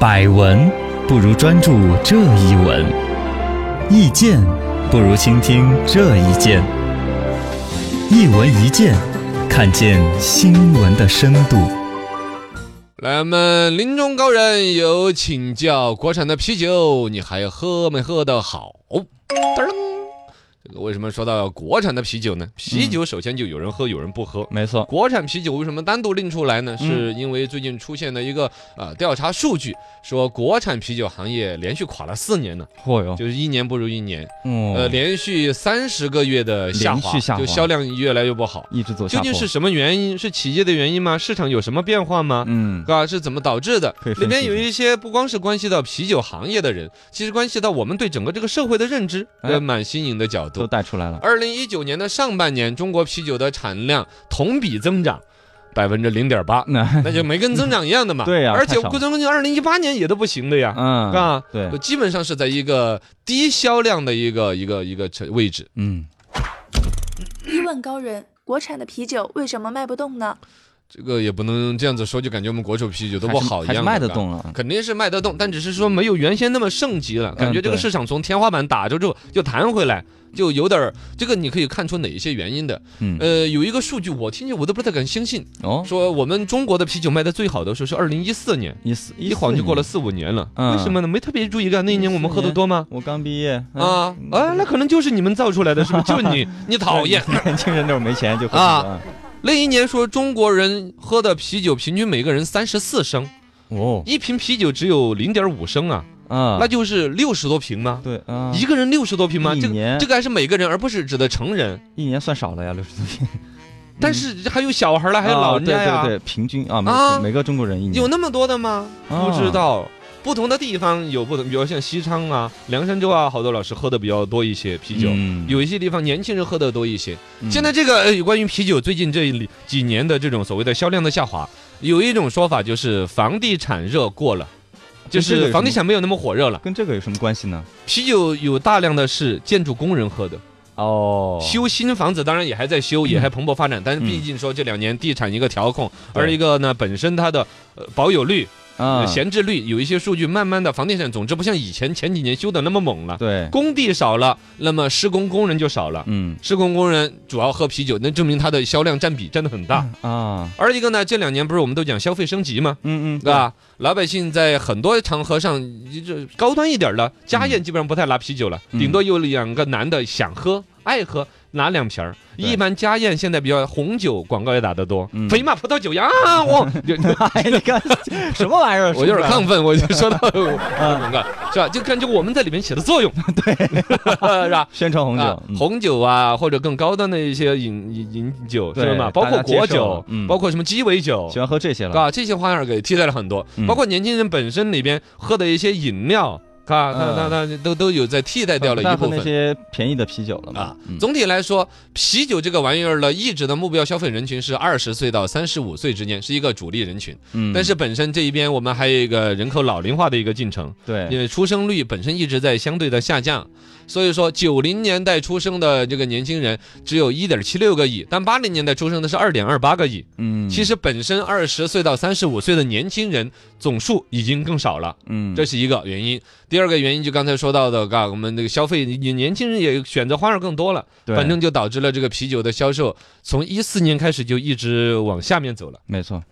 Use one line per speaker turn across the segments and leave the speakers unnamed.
百闻不如专注这一闻，意见不如倾听这一见。一闻一见，看见新闻的深度。
来，我们临终高人有请教：国产的啤酒，你还喝没喝得好？嘚儿这个为什么说到国产的啤酒呢？啤酒首先就有人喝，有人不喝。
没错，
国产啤酒为什么单独拎出来
嗯
呢？是因为最近出现了一个呃调查数据，说国产啤酒行业连续垮了四年了，
嚯哟，
就是一年不如一年，呃，
嗯，
连续三十个月的下
连
滑
续下，滑
就销量越来越不好。
一直走下
究
坡
竟是什么原因？是企业的原因吗？市场有什么变化吗？
嗯，
啊，是怎么导致的
可以？分
里面
析
有
一下
一些不光是关系到啤酒行业的人，其实关系到我们对整个这个社会的认知，
哎
呃，蛮新颖的角
都
度。
带出来了，
二零一九年的上半年，中国啤酒的产量同比增长百分之零点八，
那
那就没跟增长一样的嘛。
对呀
而且
太少了
估计二零一八年也都不行的呀，
嗯，
啊，
对
就，基本上是在一个低销量的一个一个一个成位置。
嗯，
一问高人，国产的啤酒为什么卖不动呢？
这个也不能这样子说，就感觉我们国酒啤酒都不
还是
好一
还
样
是
的。
卖得
嘎
动了，
肯定是卖得动，但只是说没有原先那么盛极了，感觉这个
嗯对
市场从天花板打着之后就弹回来，就有点儿这个你可以看出哪一些原因的。
嗯，
呃，有一个数据我听见我都不太敢相信，
哦，
说我们中国的啤酒卖的最好的时候是二零一四年，
一四
一晃就过了，
四
四五年了，
嗯
为什么呢？没特别注意啊看那一年我们喝的多吗？
年我刚毕业哎
啊啊，那可能就是你们造出来的，是不是？就 你，你讨厌。
年轻人那会儿没钱就喝
哦啊
酒啊
那一年说中国人喝的啤酒平均每个人三十四升，
哦
一瓶啤酒只有零点五升啊，
啊，
那就是六十多瓶吗？
对啊，
一个人六十多瓶吗？
一
这
年
个这个还是每个人，而不是指的成人。
一年算少了呀，六十多平，
但是还有小孩儿了，还有
嗯啊
老人家呀，
对对对，平均啊，每
啊
每个中国人一年
有那么多的吗？
啊
不知道。不同的地方有不同，比如像西昌啊、凉山州啊，好多老师喝的比较多一些啤酒。
嗯
有一些地方年轻人喝的多一些。
嗯
现在这个呃关于啤酒最近这里几年的这种所谓的销量的下滑，有一种说法就是房地产热过了，就
这个有什
是
么
房地产没有那么火热了。
跟这个有什么关系呢？
啤酒有大量的是建筑工人喝的，
哦嗯
修新房子当然也还在修，也还蓬勃发展，但是毕竟说这两年地产一个调控，
对
而一个呢本身它的呃保有率、
啊
呃，闲置率有一些数据，慢慢的房地产总之不像以前前几年修的那么猛了，
对，
工地少了，那么施工工人就少了。
嗯
施工工人主要喝啤酒，那证明它的销量占比占得很大。
啊，
而一个呢，这两年不是我们都讲消费升级吗？
嗯嗯，
对吧？老百姓在很多场合上，这高端一点的家宴基本上不太拿啤酒了，
嗯
顶多有两个男的想喝、爱喝，拿两瓶儿。
对
一般家宴现在比较红酒广告也打得多
嗯，
肥马葡萄酒呀，我 就
哎，你看什么玩意儿？啊
我有点
看
亢奋， 我就说到广告是吧？就感觉我们在里面起的作 用，对，是吧？
宣传红
啊
酒，嗯
红酒啊，或者更高端的一些饮饮饮酒，
对
是吗？包
大
括
家接
果
受了
酒
嗯，
包括什么鸡尾酒
喜，欢喝这些了，
啊，这些花样给替代了很多
嗯。
包括年轻人本身里边喝的一些饮料，啊，
嗯
那那那都都有在替代掉了
不大
一
喝
部
那
分。
些便宜的啤酒了嘛
啊
嗯，
总体来说，啤酒这个玩意儿呢，一直的目标消费人群是二十岁到三十五岁之间，是一个主力人群。
嗯
但是本身这一边我们还有一个人口老龄化的一个进程，因
对，
为出生率本身一直在相对的下降，所以说九零年代出生的这个年轻人只有一点七六个亿，但八零年代出生的是二点二八个亿。
嗯，
其实本身二十岁到三十五岁的年轻人总数已经更少了，
嗯，
这是一个原因。第二个原因就刚才说到的，嘎，我们这个消费，你年轻人也选择花样更多了，
对
反正就导致了这个啤酒的销售从一四年开始就一直往下面走了。
没错，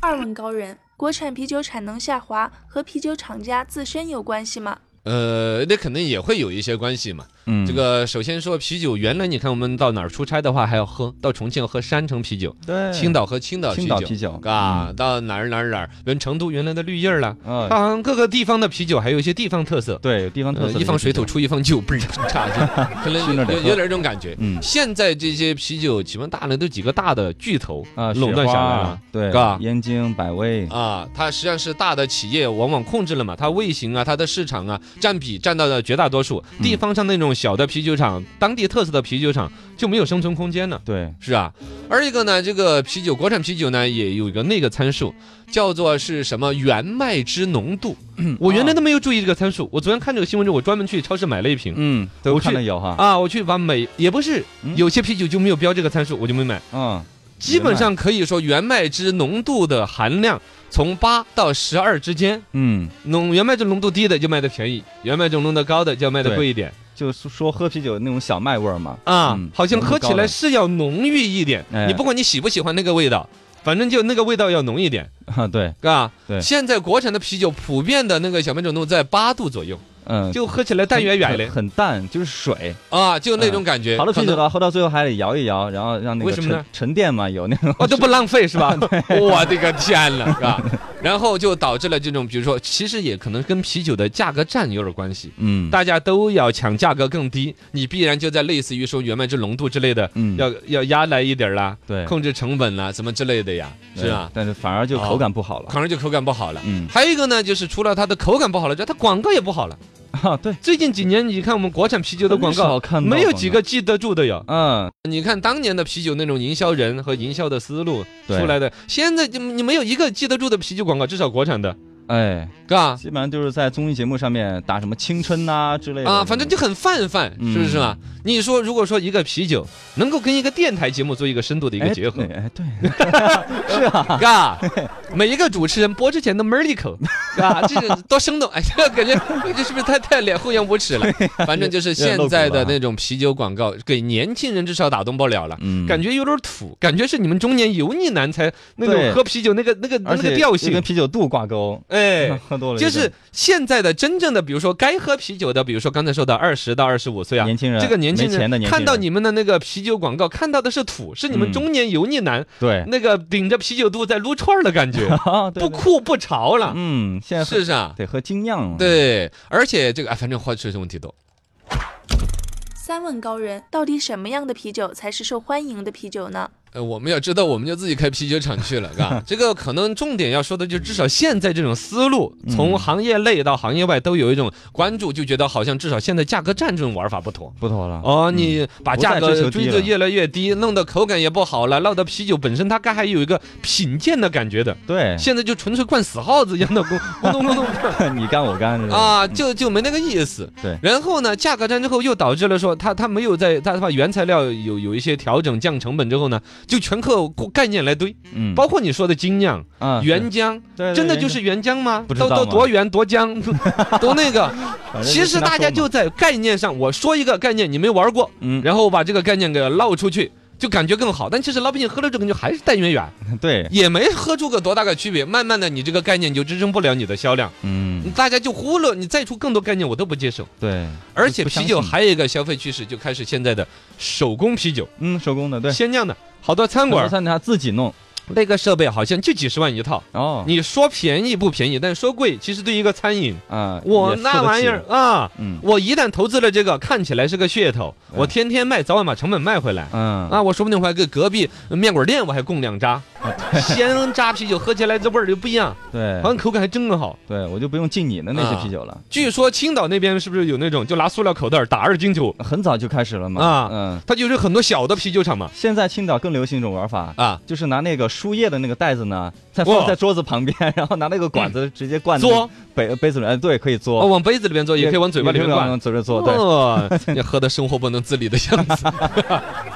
二问高人，国产啤酒产能下滑和啤酒厂家自身有关系吗？
呃，那肯定也会有一些关系嘛。
嗯，
这个首先说啤酒，原来你看我们到哪儿出差的话，还要喝，到重庆喝山城啤酒，
对
青岛喝哎青岛
青
啤
岛
酒
啤，酒
啊，到哪儿哪儿哪儿，比如成都原来的绿叶儿了，
嗯啊，
好像各个地方的啤酒还有一些地方特色。
对，有地方特色
呃
的
一方
些
水
啤
土
酒，
出一方酒，不是差 劲，可
去
能
那儿得
有
喝
有点这种感觉。
嗯
现在这些啤酒，起码大了都几个大的巨头
啊，
垄
雪
断下
花
来
啊
了。
对，
嘎
燕京、百威，
啊，它实际上是大的企业往往控制了嘛，它位型啊，它的市场啊，占比占到了绝大多数。
嗯
地方上那种小的啤酒厂，当地特色的啤酒厂就没有生存空间了。
对，
是啊，而一个呢，这个啤酒，国产啤酒呢，也有一个那个参数，叫做是什么原麦汁浓度。我
啊
原来都没有注意这个参数，我昨天看这个新闻之后，我专门去超市买了一瓶。
嗯，都
我去
看了有哈，
啊，我去把每也不是
嗯
有些啤酒就没有啊标这个参数，我就没买。
嗯，
基本上可以说原麦汁浓度的含量从八到十二之间，
嗯，
浓原麦酒浓度低的就卖的便宜，原麦酒浓度高的就要卖的
对
贵一点
就是说喝啤酒那种小麦味儿嘛。
啊
嗯，
好像喝起来
浓度
是要浓郁一点
哎。
你不管你喜不喜欢那个味道，反正就那个味道要浓一点，
高的啊，对，
啊。
对
现在国产的啤酒普遍的那个小麦酒浓度在八度左右，
嗯，
就喝起来淡远远
很
的
很淡，就是水。
啊，就那种感觉。
好的啤
可
酒啊
能
吧，喝到最后还得摇一摇，然后让那个
为什么
沉
呢
沉淀嘛，有那种
哦，都不浪费是 吧？我的个天呐，是吧？然后就导致了这种，比如说，其实也可能跟啤酒的价格战有点关系，
嗯
大家都要抢价格更低，你必然就在类似于说原麦汁浓度之类的，
嗯
要要压来一点儿啦，
对
控啊哦制成本啦，什么之类的呀，是吧
对？但是反而就口感不好了。
可能就口感不好了。
嗯
还有一个呢，就是除了它的口感不好了之外，它广告也不好了。
啊，对，
最近几年，你看我们国产啤酒的广
很少
告，
看到
没有几个记得住的哟。
嗯，
你看当年的啤酒那种营销人和营销的思路
对
出来的，现在就你没有一个记得住的啤酒广告，至少国产的，
哎，
是吧？
基本上就是在综艺节目上面打什么青春呐之类的
啊，反正就很泛泛，
嗯
是不是嘛？你说，如果说一个啤酒能够跟一个电台节目做一个深度的一个结合
哎，对，哎 对，是啊，
嘎，每一个主持人播之前都闷儿一口，嘎，这是多生动！哎，这感觉这是不是太太脸厚颜无耻了？反正就是现在
啊
的那种啤酒广告，给年轻人至少打动不了了。
嗯
感觉有点土，感觉是你们中年油腻男才那种
对
喝啤酒那个那个那
而且
个调
又跟
性，
啤酒肚挂钩，
哎
，喝多了
就是现在的真正的，比如说该喝啤酒的，比如说刚才说的二十到二十五岁啊，
年轻人
这个年轻
没钱的
人
年轻人
看到你们的那个啤酒广告，看到的是土，是你们
嗯
中年油腻男
对，
那个顶着啤酒肚在撸串儿的感觉
啊， 对
不，酷不潮
对
了，
嗯，现在喝
是不是啊？
得喝精酿，，
对，而且这个啊，反正话说这问题多，
三问高人，到底什么样的啤酒才是受欢迎的啤酒呢？
呃，我们要知道，我们就自己开啤酒厂去了， 嘎。这个可能重点要说的，就至少现在这种思路，
嗯
从行业内到行业外都有一种关注，就觉得好像至少现在价格战这种玩法不妥。
不妥了，
哦，你把价
啊嗯不再追
格
求
追
低了
得越来越低，弄得口感也不好了，闹得啤酒本身它该还有一个品鉴的感觉的，
对，
现在就纯粹灌死耗子一样的咕咕咚咕咚。
你干我干，这种
啊，就就没那个意思。
嗯对
然后呢，价格战之后又导致了说，它它没有在它把原材料有有一些调整降成本之后呢，就全靠概念来堆，
嗯，
包括你说的精酿、
啊
原浆，
对对
真的
原
就
浆
是原浆吗？
不知道
都都
吗
多原多浆， 都那个。
反正
其实
听他
大家
说
就
嘛
在概念上，我说一个概念，你没玩过，
嗯，
然后把这个概念给唠出去。就感觉更好，但其实老百姓喝了这个就还是淡远远，
对，
也没喝出个多大个区别。慢慢的，你这个概念就支撑不了你的销量。
嗯，
大家就忽略，你再出更多概念我都不接受。
对，
而且
不相
啤酒
信
还有一个消费趋势，就开始现在的手工啤酒，
嗯，手工的，对，
鲜酿的，好多餐馆儿
他自己弄，
那个设备好像就几十万一套。
哦，
你说便宜不便宜，但说贵，其实对一个餐饮，
啊，
我
也付
那
得
玩意
起
儿，啊，
嗯
我一旦投资了这个，看起来是个噱头，我天天卖，早晚把成本卖回来。
嗯
啊，我说不定我还给隔壁面馆店我还供两扎，鲜榨啤酒喝起来这味儿就不一样，
嗯 对
好，像口感还真好。
对我就不用进你的那些
啊
啤酒了，
据说青岛那边是不是有那种就拿塑料口袋儿打二斤酒？
很早就开始了嘛，
啊
嗯，
它就是很多小的啤酒厂嘛。
现在青岛更流行一种玩法。
啊，
就是拿那个输液的那个袋子呢，再
哇
放在桌子旁边，然后拿那个管子直接灌
嘬
杯杯子里面，哎对，可以
哦，
嘬，
往杯子里面嘬，也可以往嘴巴里面
也可以
灌。
往嘴里嘬，对，
哦， 你喝的生活不能自理的样子，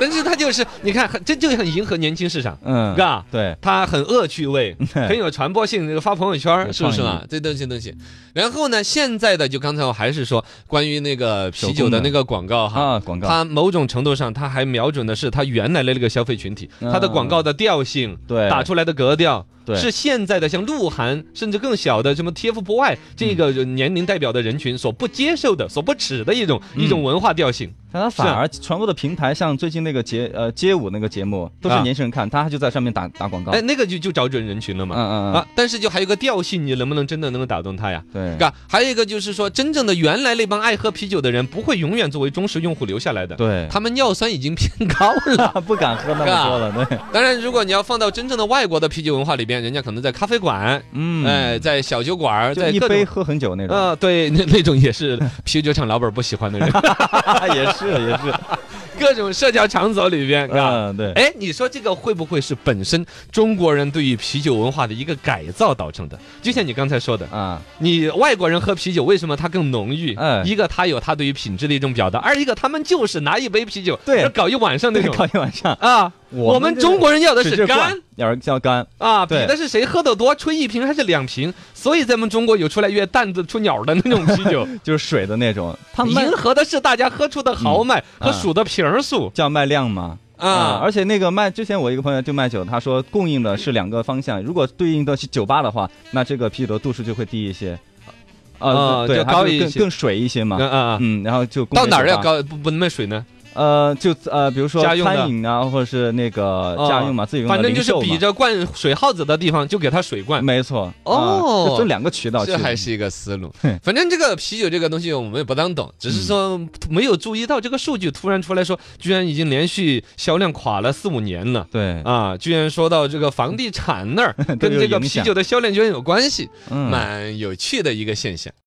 但是它就是你看，很这就很迎合年轻市场，
嗯，
哦嘎，
对，
它很恶趣味，
对
很有传播性，那个发朋友圈
有
是不是嘛
创？
这东西东西。然后呢，现在的就刚才我还是说关于那个啤
手
酒
工的
的那个广告哈，
啊，广告，
它某种程度上它还瞄准的是它原来的那个消费群体，
嗯
它的广告的调性。
对，
打出来的格调
哎对
是现在的像鹿晗甚至更小的什么 TFBOY 这
嗯
个年龄代表的人群所不接受的、所不耻的一种
嗯
一种文化调性。
但他反
是
而传播的平台，像最近那个节呃街舞那个节目，都
啊
是年轻人看，他就在上面打打广告。
哎，
嗯
那个就就找准人群了嘛。
嗯嗯，
啊，但是就还有个调性，你能不能真的能够打动他呀？
对
嘎，还有一个就是说，真正的原来那帮爱喝啤酒的人，不会永远作为忠实用户留下来的。
对，
他们尿酸已经偏高了。
他不敢喝那么多了，对，
当然，如果你要放到真正的外国的啤酒文化里边，人家可能在咖啡馆，
嗯，
哎，，在小酒馆儿，
就
在
一
各
杯
种。
喝很久那种，
啊，对，那那种也是啤酒厂老板不喜欢的 人，
也是也是，
各种社交场所里边，啊，
嗯对，
哎，你说这个会不会是本身中国人对于啤酒文化的一个改造导成的？就像你刚才说的，
啊，
你外国人喝啤酒为什么它更浓郁？
嗯
一个他有他对于品质的一种表达，二一个他们就是拿一杯啤酒
对
而搞一晚上那
对，
种
搞一晚上，
啊，我们中国人要的
只
是干
灌，要是叫干，
啊，比
对
的是谁喝的多，吹一瓶还是两瓶。所以咱们中国有出来越淡的出鸟的那种啤酒，
就是水的那种，他卖
迎合的是大家喝出的豪迈和
啊
数的瓶数
叫卖量嘛。
啊。
而且那个卖之前我一个朋友就卖酒，他说供应的是两个方向，如果对应的是酒吧的话，那这个啤酒的度数就会低一些，
啊
呃，对，
就
它
高
就
一
更
些
更水一些
啊
嘛。
啊啊！
嗯，然后就供
到
给
哪儿
酒
要
吧？
高不不能卖水呢？
呃，就呃，比如说
家用的啊
餐饮啊，或者是那个家用嘛，自己用的
反正就是
零售嘛嗯
比着灌水耗子的地方就给它水灌。
没错
哦
啊就这两个渠道去，
这还是一个思路
哼，
反正这个啤酒这个东西我们也不当懂，只是说没有注意到这个数据突然出来说，居然已经连续销量垮了四五年了。
对，
啊，居然说到这个房地产那儿跟
嗯 都有
这个
影
啤
响
酒的销量居然有关系，
嗯，
蛮有趣的一个现象。